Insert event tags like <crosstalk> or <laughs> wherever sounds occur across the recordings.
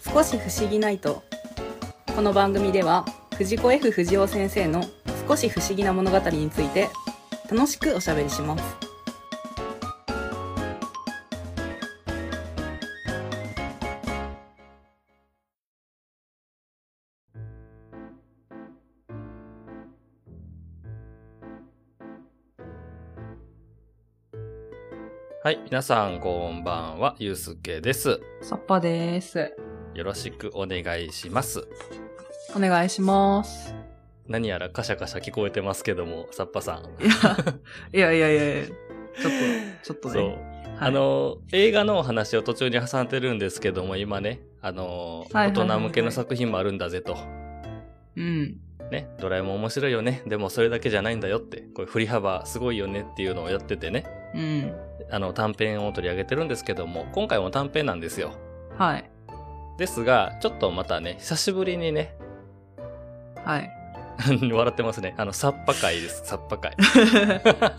少し不思議ないとこの番組では藤子 F 不二雄先生の少し不思議な物語について楽しくおしゃべりしますはい、皆さんこんばんは、ゆうすけです。さっぱです。よろしくお願いします。お願いします。何やらカシャカシャ聞こえてますけども、さっぱさん。いや、いやいやいやちょっと、ちょっとそう、ね。はいあ、の、映画のお話を途中に挟んでるんですけども、今ね、あの、はいはい大はいはい人向けの作品もあるんだぜと。うん。ね、ドラえもん面白いよね。でもそれだけじゃないんだよって。こういう振り幅すごいよねっていうのをやっててね。うん。あの、短編を取り上げてるんですけども、今回も短編なんですよ。はい。ですが、ちょっとまたね、久しぶりにね、はい。 <laughs> 笑ってますね。あの、サッパ会です。サッパ会。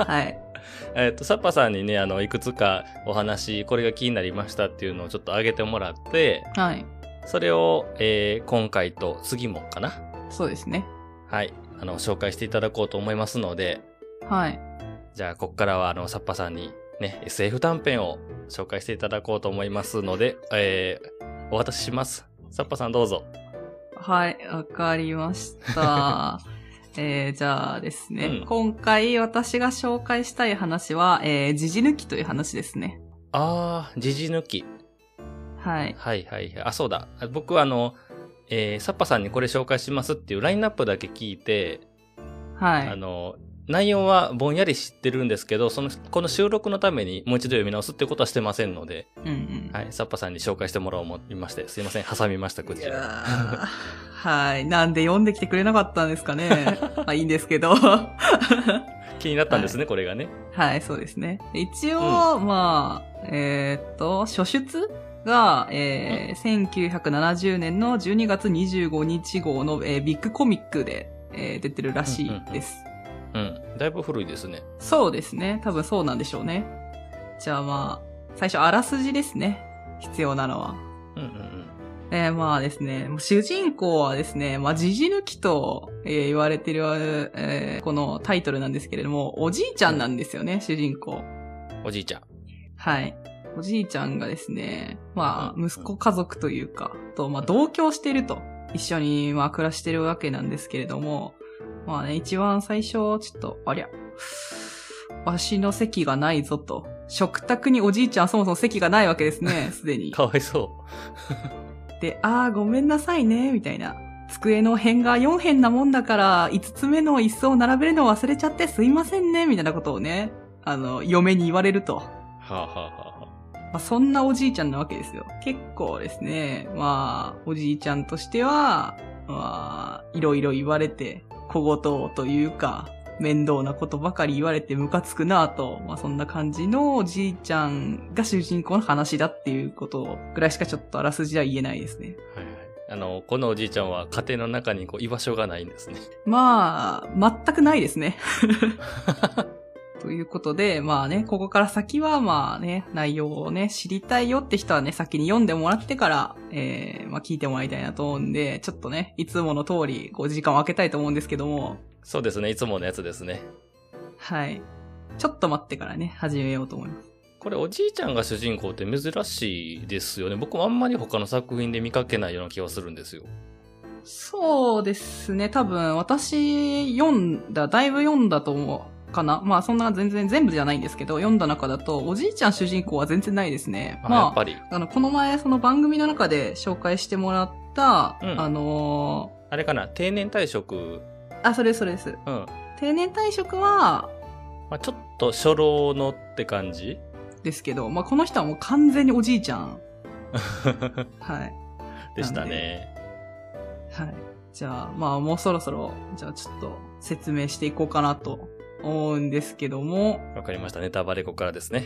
はい。えっと、サッパさんにね、あの、いくつかお話、これが気になりましたっていうのをちょっと上げてもらって、はい。それを、えー今回と次もかな。そうですね。はい。あの、紹介していただこうと思いますので、はい。じゃあ、こっからは、あの、サッパさんにね、SF 短編を紹介していただこうと思いますので、えーお渡しします。サッパさんどうぞ。はい。わかりま <laughs> した。えー、じゃあですね、うん今回私が紹介したい話は、えー、時事抜きという話ですね。あー、時事抜き。はい。はいはいはい。あ、そうだ。僕はあの、えーサッパさんにこれ紹介しますっていうラインナップだけ聞いて、はあい。の、内容はぼんやり知ってるんですけど、その、この収録のためにもう一度読み直すってことはしてませんので、うんうん。はい、サッパさんに紹介してもらおう思いまして、すいません、挟みました、こいちやら。 <laughs> ーはい。なんで読んできてくれなかったんですか <laughs> ね。まあいいんですけど。 <laughs> 気になったんですね、これがね。はい、そうですね。一応、まあ、えーっと、初出が、えー1970年の12月25日号の、えービッグコミックで、えー出てるらしいです。うん。だいぶ古いですね。そうですね。多分そうなんでしょうね。じゃあまあ、最初、あらすじですね。必要なのは。うんうんうん。えーまあですね、もう主人公はですね、まあ、じじ抜きと、えー言われてる、えーこのタイトルなんですけれども、おじいちゃんなんですよね、主人公。おじいちゃん。はい。おじいちゃんがですね、まうんあ、息子家族というか、と、まあ、同居をしていると。一緒に、まあ、暮らしてるわけなんですけれども、まあね、一番最初、ちょっと、ありゃ、わしの席がないぞと。食卓におじいちゃんそもそも席がないわけですね、すでに。かわいそで、あーごめんなさいね、みたいな。机の辺が4辺なもんだから、5つ目の椅子を並べるのを忘れちゃってすいませんね、みたいなことをね、あの、嫁に言われると。う。はあ、はあはあ、まあ、そんなおじいちゃんなわけですよ。結構ですね、まあ、おじいちゃんとしては、まあ、いろいろ言われて、小言というか、面倒なことばかり言われてムカつくなぁと、まあそんな感じのおじいちゃんが主人公の話だっていうことぐらいしかちょっとあらすじは言えないですね。はいはい。あの、このおじいちゃんは家庭の中にこう居場所がないんですね。まあ、全くないですね。 <laughs> ということで、まあね、ここから先はまあね、内容をね、知りたいよって人はね、先に読んでもらってから、えー、まあ聞いてもらいたいなと思うんで、ちょっとね、いつもの通り、こう時間を空けたいと思うんですけども、そうですね、いつものやつですね。はい。ちょっと待ってからね、始めようと思います。これおじいちゃんが主人公って珍しいですよね。僕もあんまり他の作品で見かけないような気がするんですよ。そうですね、多分私読んだ、だいぶ読んだと思う。かなまあそんな全然全部じゃないんですけど、読んだ中だと、おじいちゃん主人公は全然ないですね。あ、まやあっぱり。あの、この前、その番組の中で紹介してもらった、うんあのあれかな、定年退職。ーあ、それそれです。うん。ま定年退職は、あ、ちょっと初老のって感じ <laughs> ですけど、まあ、この人はもう完全におじいちゃん。はい。でしたね。はい。じゃあ、まあ、もうそろそろ、じゃあちょっと説明していこうかなと思うんですけども、わかりました。ネタバレここからですね。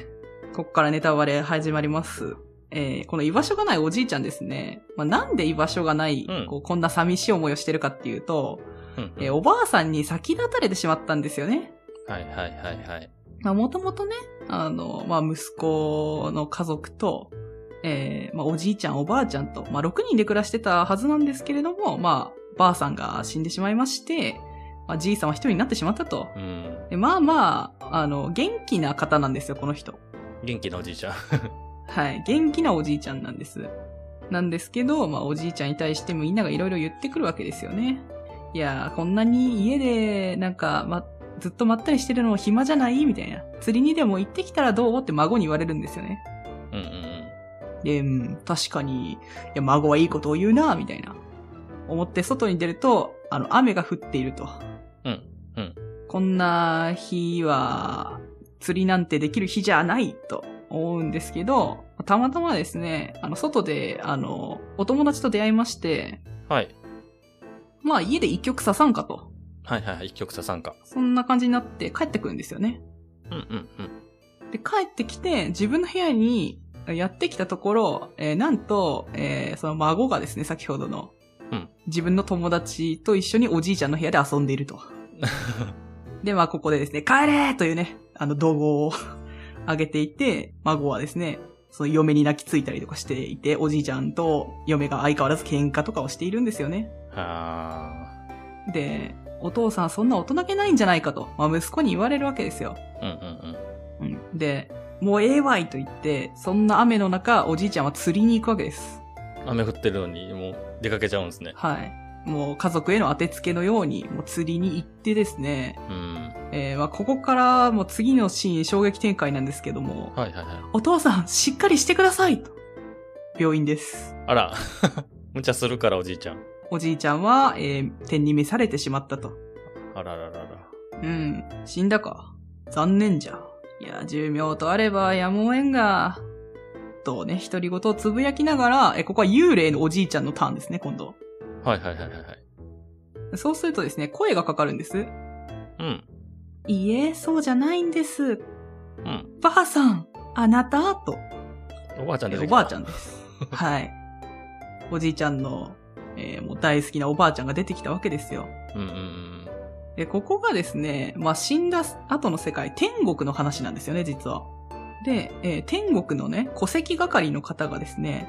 ここからネタバレ始まります。えーこの居場所がないおじいちゃんですね。まあ、なんで居場所がない、うんこうこんな寂しい思いをしてるかっていうと、うん、うんえーおばあさんに先立たれてしまったんですよね。はいはいはいはい。まあ、もともとね、あの、まあ、息子の家族と、えーまあ、おじいちゃん、おばあちゃんと、まあ、6人で暮らしてたはずなんですけれども、まあ、ばあさんが死んでしまいまして、まあ、じいさんは一人になってしまったと。うん。でまあまあ、あの、元気な方なんですよ、この人。元気なおじいちゃん。 <laughs> はい。元気なおじいちゃんなんです。なんですけど、まあ、おじいちゃんに対してみんながいろいろ言ってくるわけですよね。いやー、こんなに家で、なんか、ま、ずっとまったりしてるの暇じゃないみたいな。釣りにでも行ってきたらどうって孫に言われるんですよね。うんうんで、うん、確かに、いや、孫はいいことを言うな、みたいな。思って外に出ると、あの、雨が降っていると。うんうんこんな日は、釣りなんてできる日じゃない、と思うんですけど、たまたまですね、あの、外で、あの、お友達と出会いまして、うん。はい。まあ、家で一曲刺さんかと。はいはいはい。一曲差参加。そんな感じになって帰ってくるんですよね。うんうんうん。 <laughs> で、帰ってきて、自分の部屋にやってきたところ、えーなんと、えーその孫がですね、先ほどの、うん自分の友達と一緒におじいちゃんの部屋で遊んでいると。で、まあ、ここでですね、帰れというね、あの、道語を <laughs> 上げていて、孫はですね、その嫁に泣きついたりとかしていて、おじいちゃんと嫁が相変わらず喧嘩とかをしているんですよね。あで、お父さんそんな大人げないんじゃないかと、まあ、息子に言われるわけですよ。ー。うんうんうんで、もうええわいと言って、そんな雨の中、おじいちゃんは釣りに行くわけです。うん。雨降ってるのに、もう出かけちゃうんですね。はい。もう家族への当てつけのように、もう釣りに行ってですね、うん。えーまあここからもう次のシーン衝撃展開なんですけども、はいはいはい。お父さん、しっかりしてくださいと。病院です。あら。 <laughs> 無茶するからおじいちゃん。おじいちゃんは、えー天に召されてしまったと。あらららら。うん、死んだか。残念じゃ。いや、寿命とあればやむを得んが。とね、独り言をつぶやきながら、え、ここは幽霊のおじいちゃんのターンですね、今度。はいはいはいはいはい。そうするとですね、声がかかるんです。うん。いいえ、そうじゃないんです。うん。ばあさん、あなた、と。おばあちゃんえ出ておきたばあちゃんです。はい。おじいちゃんの、えーもう大好きなおばあちゃんが出てきたわけですよ。うんうんうん。で、ここがですね、まあ、死んだ後の世界、天国の話なんですよね、実は。で、えー天国のね、戸籍係の方がですね、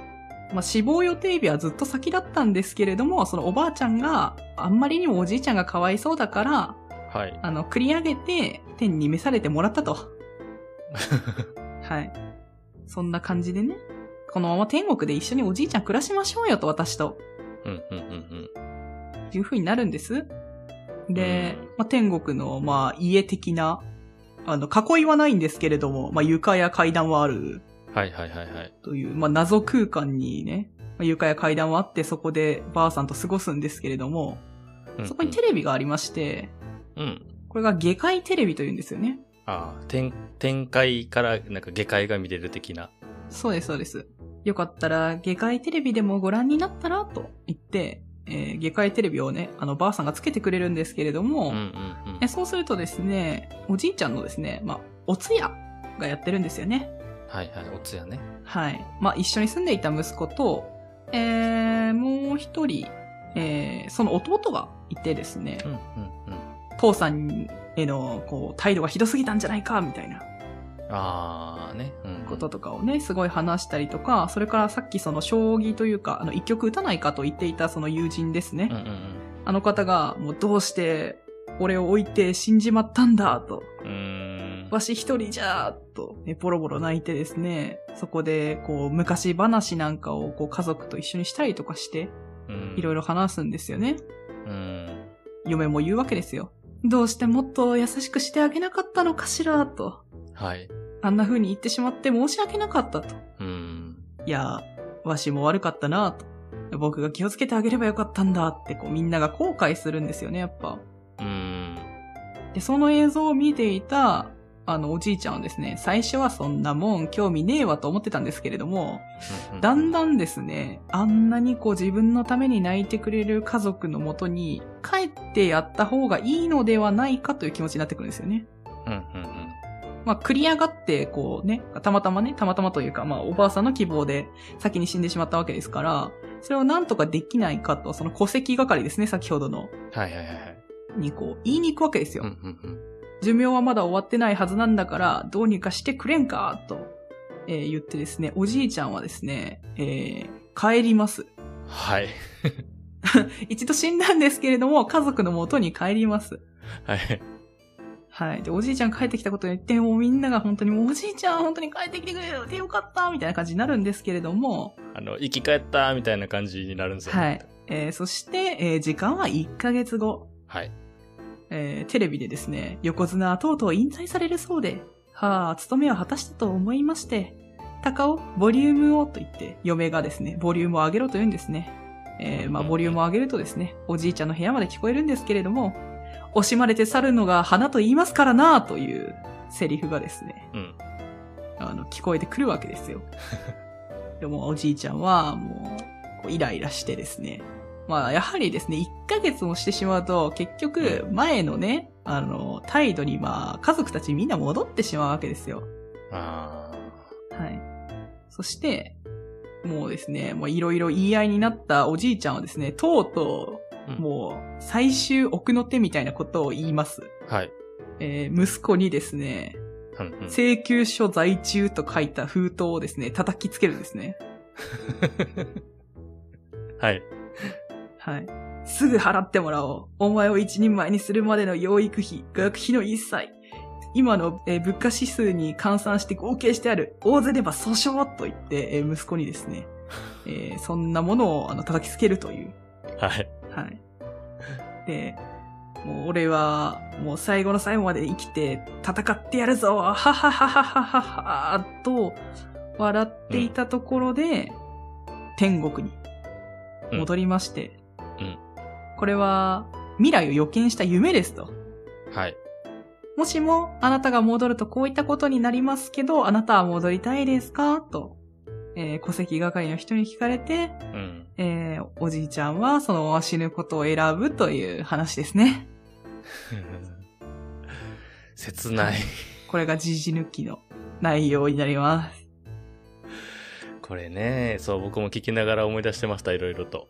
まあ、死亡予定日はずっと先だったんですけれども、そのおばあちゃんがあんまりにもおじいちゃんがかわいそうだから、はい。あの、繰り上げて天に召されてもらったと。はい。そんな感じでね、このまま天国で一緒におじいちゃん暮らしましょうよと、私と。うんうんうんいう風になるんです。で、うんまあ、天国の、まあ、家的な、あの、囲いはないんですけれども、まあ、床や階段はあるうん。はいはいはいはい。という、まあ、謎空間にね、まあ、床や階段はあって、そこでばあさんと過ごすんですけれども、うんそこにテレビがありまして、うん。これが下界テレビというんですよね。ああ、展展開からなんか下界が見れる的な。そうです、そうです。よかったら、下界テレビでもご覧になったらと言って、えー下界テレビをね、あの、ばあさんがつけてくれるんですけれども、うんうんうんえ。そうするとですね、おじいちゃんのですね、まあ、お通夜がやってるんですよね。はいはい、おつやね。はい。まあ、一緒に住んでいた息子と、えー、もう一人、えー、その弟がいてですね、うんうんうん。父さんへの、こう、態度がひどすぎたんじゃないか、みたいなああ、ね。うん。こととかをね、すごい話したりとか、それからさっきその将棋というか、あの、一曲打たないかと言っていたその友人ですね。うんうんあの方が、もうどうして、俺を置いて死んじまったんだ、と。うん。うーん。わし一人じゃーっと、ね、ボロボロ泣いてですね、そこで、こう、昔話なんかを、こう、家族と一緒にしたりとかして、いろいろ。ろ話すんですよね。うん。嫁も言うわけですよ。どうしてもっと優しくしてあげなかったのかしら、と。はい。あんな風に言ってしまって申し訳なかったと。うん。いやー、わしも悪かったな、と。僕が気をつけてあげればよかったんだって、こう、みんなが後悔するんですよね、やっぱ。うん。で、その映像を見ていた、あの、おじいちゃんはですね、最初はそんなもん興味ねえわと思ってたんですけれども、うんだんだんですね、あんなにこう自分のために泣いてくれる家族のもとに、帰ってやった方がいいのではないかという気持ちになってくるんですよね。うんうんうん。まあ、繰り上がって、こうね、たまたまね、たまたまというか、まあ、おばあさんの希望で先に死んでしまったわけですから、それをなんとかできないかと、その戸籍係ですね、先ほどの、はいはいはいはい。にこう、言いに行くわけですよ。うんうんうん。寿命はまだ終わってないはずなんだから、どうにかしてくれんか、と。えー言ってですね、おじいちゃんはですね、えー帰ります。はい。一度死んだんですけれども、家族の元に帰ります。はい。はい。で、おじいちゃん帰ってきたことによって、もうみんなが本当に、もうおじいちゃん本当に帰ってきてくれてよかったみたいな感じになるんですけれども、あの、生き返ったみたいな感じになるんですよね。はい。えーそして、えー時間は1ヶ月後、はい。えーテレビでですね、横綱はとうとう引退されるそうで、はあ、務めを果たしたと思いまして、高尾、ボリュームをと言って、嫁がですね、ボリュームを上げろと言うんですね。えーまあ、ボリュームを上げるとですね、おじいちゃんの部屋まで聞こえるんですけれども、惜しまれて去るのが花と言いますからなあというセリフがですね、うん。あの、聞こえてくるわけです <laughs> よ。でも、おじいちゃんは、もう、こうイライラしてですね。まあ、やはりですね、1ヶ月もしてしまうと、結局、前のね、あの、態度に、まあ、家族たちみんな戻ってしまうわけですよ。あはい。そして、もうですね、もういろいろ言い合いになったおじいちゃんはですね、とうとうんう、もう、最終奥の手みたいなことを言います。あ。はい。えー息子にですね、うんうん。請求書在中と書いた封筒をですね、叩きつけるんですね。 <laughs> はい。はい。すぐ払ってもらおう。お前を一人前にするまでの養育費、学費の一切。今の、えー物価指数に換算して合計してある。大勢れば訴訟と言って、えー息子にですね、えーそんなものをあの叩きつけるという。はい。はい。で、もう俺は、もう最後の最後まで生きて戦ってやるぞはははははははと、笑っていたところで、天国に戻りまして、うんうんこれは未来を予見した夢ですと。はい。もしもあなたが戻るとこういったことになりますけど、あなたは戻りたいですかと、えー戸籍係の人に聞かれて、うん。 <laughs> えーおじいちゃんはそのまま死ぬことを選ぶという話ですね。切ない。これが時事抜きの内容になります。これね、そう、僕も聞きながら思い出してました、いろいろと。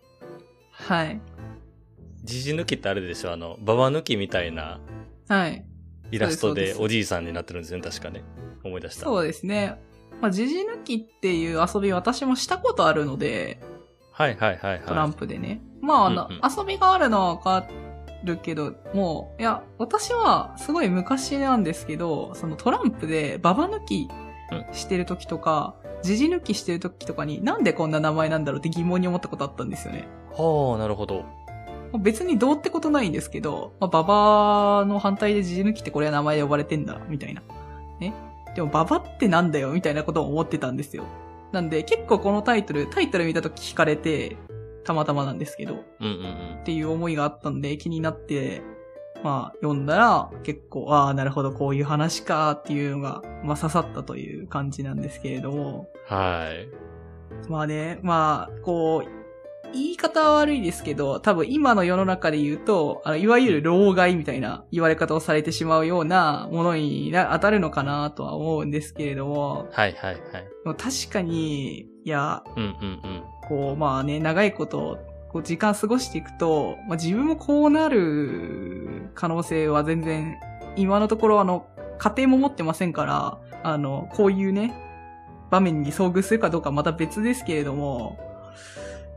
はい。じじ抜きってあれでしょあの、ババ抜きみたいなはい。イラストそうでですおじいさんになってるんですよね、確かね。思い出した。そうですね。まあ、時事抜きっていう遊び私もしたことあるので、はいはいはいはい。トランプでね。まあ、あのうんうん遊びがあるのはわかるけど、もう、いや、私はすごい昔なんですけど、そのトランプでババ抜きしてる時とか、時事抜きしてる時とかに、なんでこんな名前なんだろうって疑問に思ったことあったんですよね。はあ、なるほど。まあ別にどうってことないんですけど、まあ、ババの反対でジジ抜きってこれは名前で呼ばれてんだ、みたいな。ね。でもババってなんだよ、みたいなことを思ってたんですよ。なんで結構このタイトル、タイトル見たとき聞かれて、たまたまなんですけど、っうんうんうん。ていう思いがあったんで気になって、まあ読んだら結構、ああ、なるほど、こういう話かっていうのが、まあ刺さったという感じなんですけれども。はい。まあね、まあ、こう、言い方は悪いですけど、多分今の世の中で言うと、あの、いわゆる老害みたいな言われ方をされてしまうようなものにな当たるのかなとは思うんですけれども、はいはいはい。でも確かに、いや、うんうんうん。こう、まあね、長いこと、こう、時間過ごしていくと、まあ自分もこうなる可能性は全然、今のところあの、家庭も持ってませんから、あの、こういうね、場面に遭遇するかどうかはまた別ですけれども、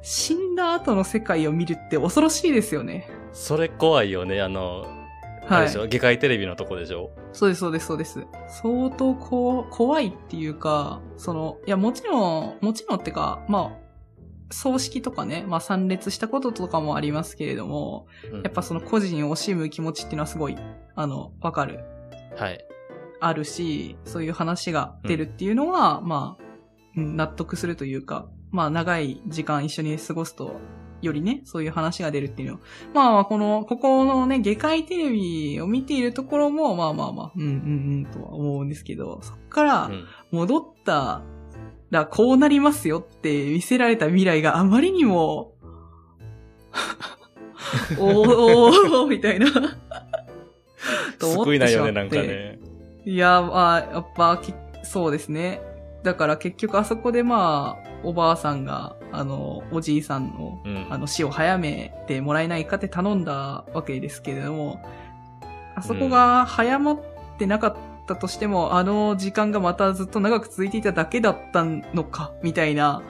死んだ後の世界を見るって恐ろしいですよね。それ怖いよね、あの、あはれい。でしそょ、下界テレビのとこでしょうです、そうです、そうです。相当こう、怖いっていうか、その、いや、もちろん、もちろんってか、まあ、葬式とかね、まあ参列したこととかもありますけれども、うんやっぱその個人を惜しむ気持ちっていうのはすごい、あの、わかる。はい。あるし、そういう話が出るっていうのは、まあ、うん納得するというか、まあ、長い時間一緒に過ごすと、よりね、そういう話が出るっていうのは。まあ、この、ここのね、下界テレビを見ているところも、まあまあまあ、うんうんうんとは思うんですけど、そっからうん戻ったらこうなりますよって見せられた未来があまりにも、 <laughs> おーおーおーみたいな。と思ってしまって <laughs> 救いないよね、なんかね。いや、まあ、やっぱ、きそうですね。だから結局あそこでまあ、おばあさんが、あの、おじいさんの、うん。あの、死を早めてもらえないかって頼んだわけですけれども、あそこが早まってなかっったとしても、あの時間がまたずっと長く続いていただけだったのか、みたいな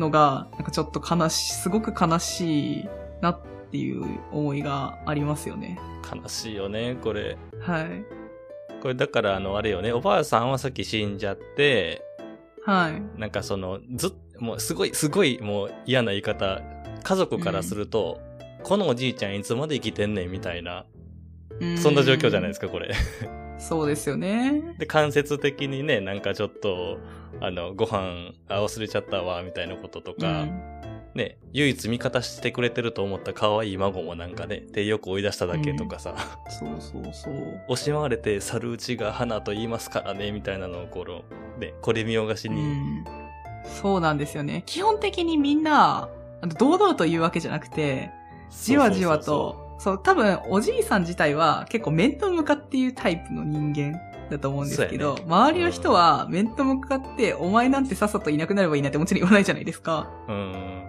のが、なんかちょっと悲し、すごく悲しいなっていう思いがありますよね。悲しいよね、これ。はい。これだから、あの、あれよね、おばあさんはさっき死んじゃって、はい。なんかその、ずっもうすごい、すごい、もう嫌な言い方、家族からすると、このおじいちゃんいつまで生きてんねんみたいな、そんな状況じゃないですか。か、これ。 <laughs> そうですよね。で、間接的にね、なんかちょっと、あの、ご飯、あ、忘れちゃったわ、みたいなこととか、うんね、唯一味方してくれてると思った可愛い孫もなんかね、手よく追い出しただけとかさ、そうそうそう。惜しまわれて猿打ちが花と言いますからね、みたいなのをこの、ね、これ見よがしうに、ん、そうなんですよね。基本的にみんな、あの堂々と言うわけじゃなくて、じわじわと、そう多分おじいさん自体は結構面と向かっていうタイプの人間だと思うんですけど、そうやね周りの人は面と向かって、お前なんてさっさといなくなればいいなってもちろん言わないじゃないですか。そうそうそう。うん。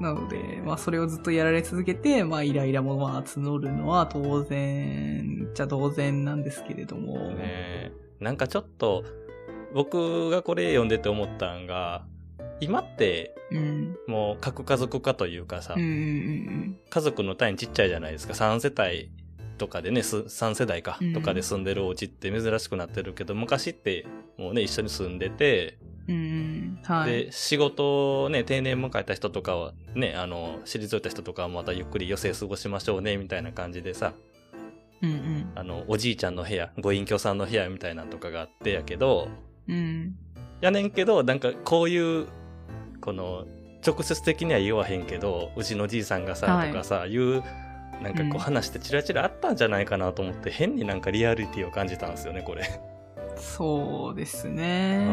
なので、まあそれをずっとやられ続けて、まあイライラもまあ募るのは当然、じゃ当然なんですけれども。ねなんかちょっと、僕がこれ読んでて思ったんが、今って、うん。もう核家族化というかさ、うんうんうん家族の単位ちっちゃいじゃないですか。3世帯とかでね、す3世代かうん、とかで住んでるお家って珍しくなってるけど、昔ってもうね、一緒に住んでて、うん。うん。はい。で、仕事をね、定年迎えた人とかはね、あの、退いた人とかはまたゆっくり余生過ごしましょうね、みたいな感じでさ、うんあの、おじいちゃんの部屋、ご隠居さんの部屋みたいなんとかがあってやけど、うん。うん。やねんけど、なんかこういう、この、直接的には言わへんけど、うちのじいさんがさ、はいとかさ、いう、なんかうこんう話ってチラチラあったんじゃないかなと思って、変になんかリアリティを感じたんですよね、これ。そうですうね。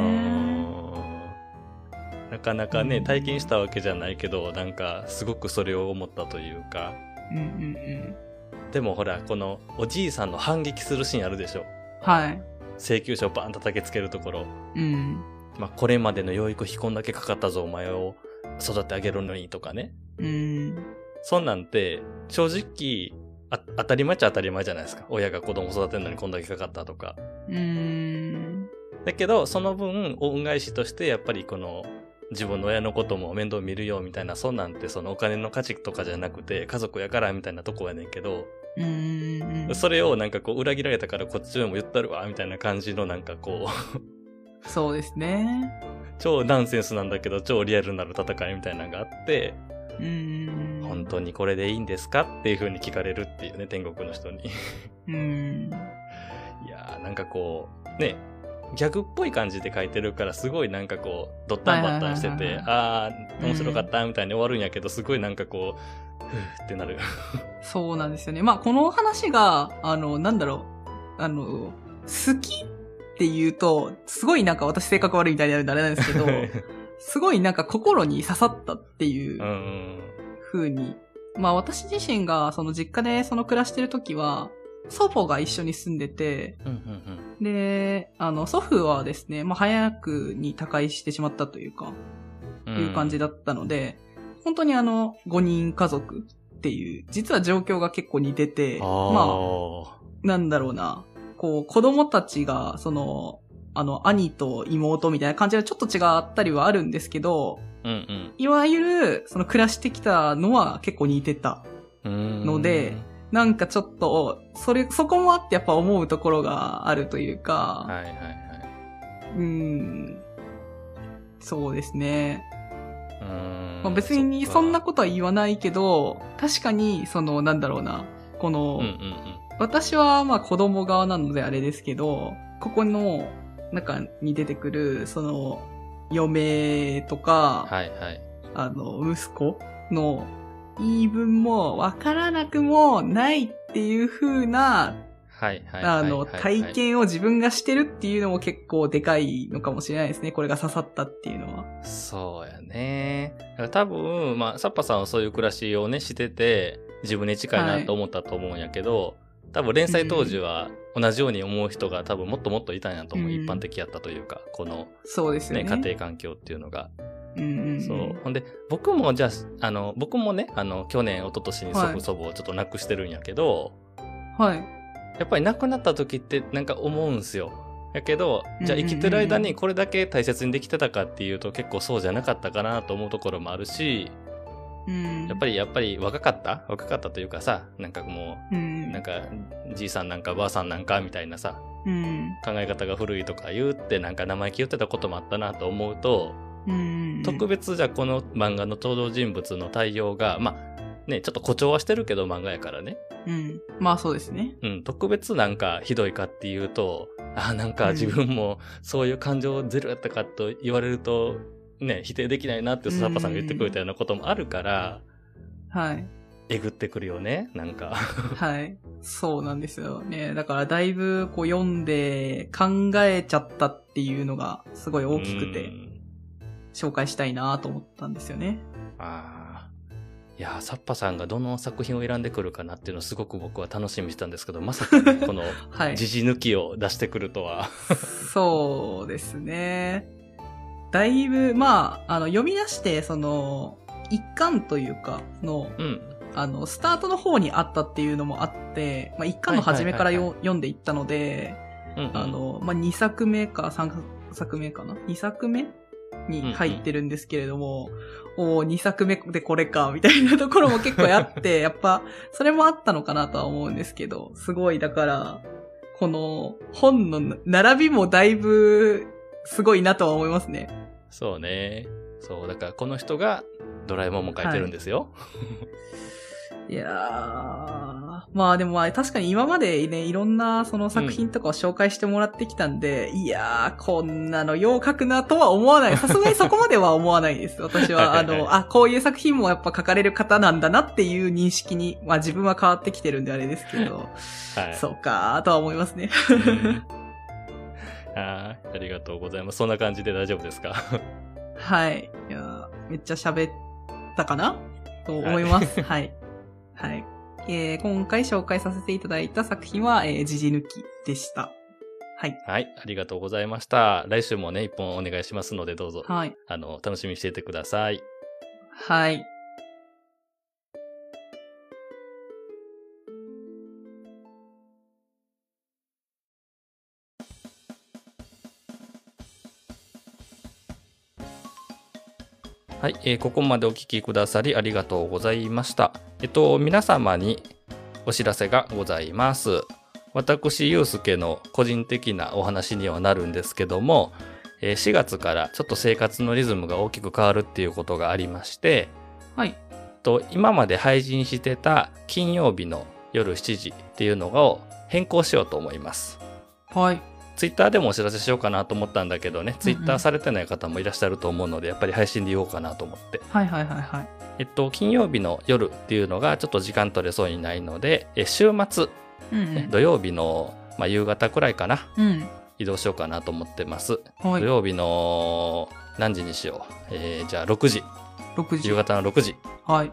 んなかなかうね、ん体験したわけじゃないけど、なんかすごくそれを思ったというか、うんうんうん。でもほら、このおじいさんの反撃するシーンあるでしょ。はい。請求書をバン叩きつけるところ。うん。まあ、これまでの養育費こんだけかかったぞ、お前を育てあげるのにとかね。うん。そんなんて、正直、あ当たり前っちゃ当たり前じゃないですか。親が子供育てるのにこんだけかかったとか。うん。だけど、その分、恩返しとして、やっぱりこの、自分の親のことも面倒見るよみたいな、そんなんて、そのお金の価値とかじゃなくて、家族やからみたいなとこやねんけど、うん。それをなんかこう、裏切られたからこっちでも言ったるわ、みたいな感じのなんかこう、 <laughs> そうですね。超ナンセンスなんだけど、超リアルになる戦いみたいなのがあって、うん。本当にこれでいいんですかっていう風に聞かれるっていうね、天国の人に。うん。いやーなんかこうねギャグっぽい感じで書いてるからすごいなんかこうドッタンバッタンしてはいはいてはいあー面白かったみたいに終わるんやけどすごいなんかこうふーってなるそうなんですよね。まあ、この話が、あの、なんだろう。あの、好きって言うと、すごいなんか私性格悪いみたいになるんであれなんです <laughs> けど、すごいなんか心に刺さったっていう。うんうん風に。まあ私自身がその実家でその暮らしてる時は、祖母が一緒に住んでて、うんうんで、あの、祖父はですね、まあ早くに他界してしまったというか、ういんう感じだったので、本当にあの、5人家族っていう、実は状況が結構似てて、あまあ、ーなんだろうな、こう、子供たちが、その、あの、兄と妹みたいな感じはちょっと違ったりはあるんですけど、うんいわゆる、その暮らしてきたのは結構似てたうんのでなんかちょっと、それ、そこもあってやっぱ思うところがあるというはいか、はいはいうん。そうですね。うーんまあ、別にっかそんなことは言わないけど、確かに、その、なんだろうな、この、うんうんうん私はまあ子供側なのであれですけど、ここの中に出てくる、その、嫁とか、はいはいあの、息子の言い分もわからなくもないっていう風なはいはいはいあの、はいは体い験を自分がしてるっていうのも結構でかいのかもしれないですね。これが刺さったっていうのは。そうやね。だから多分、まあ、サッパさんはそういう暮らしをね、してて、自分に近いなと思ったと思うんやけど、多分連載当時は同じように思う人が多分もっともっといたんやと思う。うん一般的やったというか、このそうですよね、ね。家庭環境っていうのが。うんうんん。そう。ほんで、僕もじゃあ、あの、僕もね、あの、去年、一昨年に祖は父い祖母をちょっと亡くしてるんやけど、はい。やっぱり亡くなった時ってなんか思うんすよ。やけどじゃあうんうんうん生きてる間にこれだけ大切にできてたかっていうと結構そうじゃなかったかなと思うところもあるしうん。やっぱりやっぱり若かった若かったというかさなんかもり、う。うんなんかじいさんなんかばあさんなんかみたいなさうん。考え方が古いとか言うってなんか生意気言ってたこともあったなと思うとうん。特別じゃあこの漫画の登場人物の対応がまあねちょっと誇張はしてるけど漫画やからねうん。まあそうですね。うん、特別なんかひどいかっていうと、あーなんか自分もそういう感情ゼロやったかと言われると、ね、否定できないなってうんサッパさんが言ってくれたようなこともあるから、はい。えぐってくるよね、なんか。はい。そうなんですよね。だからだいぶこう読んで考えちゃったっていうのがすごい大きくうてん紹介したいなと思ったんですよね。あーいやー、サッパさんがどの作品を選んでくるかなっていうのをすごく僕は楽しみにしてたんですけど、まさかね、 <laughs> このはい。時事抜きを出してくるとは。そうですね。だいぶ、まあ、あの、読み出して、その、一巻というか、の、うん。あの、スタートの方にあったっていうのもあって、まあ、一巻の初めからよ、はいは読んでいったので、うんうんあ、の、まあ、二作目か三作目かな二作目に入ってるんですけれども、おー二作目でこれか、みたいなところも結構あ <laughs> って、やっぱ、それもあったのかなとは思うんですけど、すごい、だから、この本の並びもだいぶ、すごいなとは思いますね。そうね。そう、だからこの人がドラえもんも書いてるんですよ。いやー。まあでもまあ確かに今までね、いろんなその作品とかを紹介してもらってきたんで、いやー、こんなのよう書くなとは思わない。さすがにそこまでは思わないです。私は、 <laughs> はあいはいはいの、あ、こういう作品もやっぱ書かれる方なんだなっていう認識に、まあ自分は変わってきてるんであれですけど、はい。そうかーとは思いますね。 <laughs> はい、ありがとうございます。そんな感じで大丈夫ですか <laughs> はい。いやーめっちゃ喋ったかなと思います。はい。はい。えー今回紹介させていただいた作品は、えー、ジジ抜きでした。はい。はい、ありがとうございました。来週もね、一本お願いしますので、どうぞ、はい。あの、楽しみにしていてください。はい。はい、えーここまでお聞きくださりありがとうございました。えっと、皆様にお知らせがございます。私、ゆうすけの個人的なお話にはなるんですけども、えー4月からちょっと生活のリズムが大きく変わるっていうことがありまして、はい。と今まで配信してた金曜日の夜7時っていうのを変更しようと思います。はい。ツイッターでもお知らせしようかなと思ったんだけどね、ツイッターされてない方もいらっしゃると思うので、やっぱり配信で言おうかなと思って。はいはいはいはい。えっと、金曜日の夜っていうのがちょっと時間取れそうにないので、え週末、うんね土曜日の、まあ、夕方くらいかな、うん。うん。移動しようかなと思ってます。は土い。曜日の何時にしよう。えーじゃあ6時、 6時。夕方の6時。はい。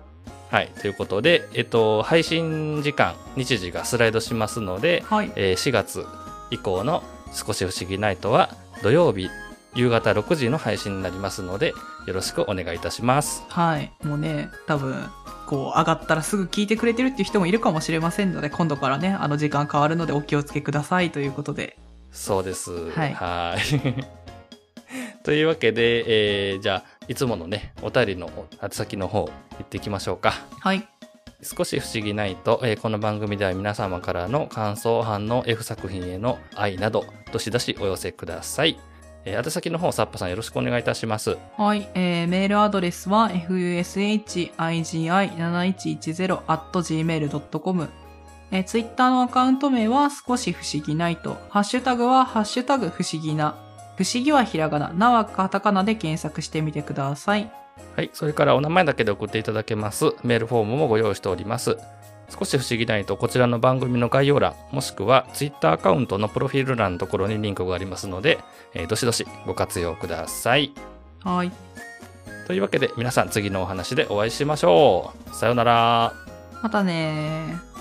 はい、ということで、えっと、配信時間、日時がスライドしますので、はい。えー4月以降の少し不思議ナイトは土曜日夕方6時の配信になりますので、よろしくお願いいたします。はい。もうね、多分、こう、上がったらすぐ聞いてくれてるっていう人もいるかもしれませんので、今度からね、あの時間変わるのでお気をつけくださいということで。そうです。はいーいというわ <laughs> けで、えーじゃあ、いつものね、お便りの宛先の方、行っていきましょうか。はい。少し不思議ないと、えーこの番組では皆様からの感想反応 F 作品への愛などどしどしお寄せください、えー、宛先の方サッパさんよろしくお願いいたしますはい、えー、メールアドレスは fushigi7110.gmail.com えー、ツイッターのアカウント名は少し不思議ないと。ハッシュタグはハッシュタグ不思議な。不思議はひらがな、なはカタカナで検索してみてください。はいそれからお名前だけで送っていただけますメールフォームもご用意しております少し不思議ないとこちらの番組の概要欄もしくは Twitter アカウントのプロフィール欄のところにリンクがありますので、えーどしどしご活用くださいはい。というわけで皆さん次のお話でお会いしましょうさようならまたねー。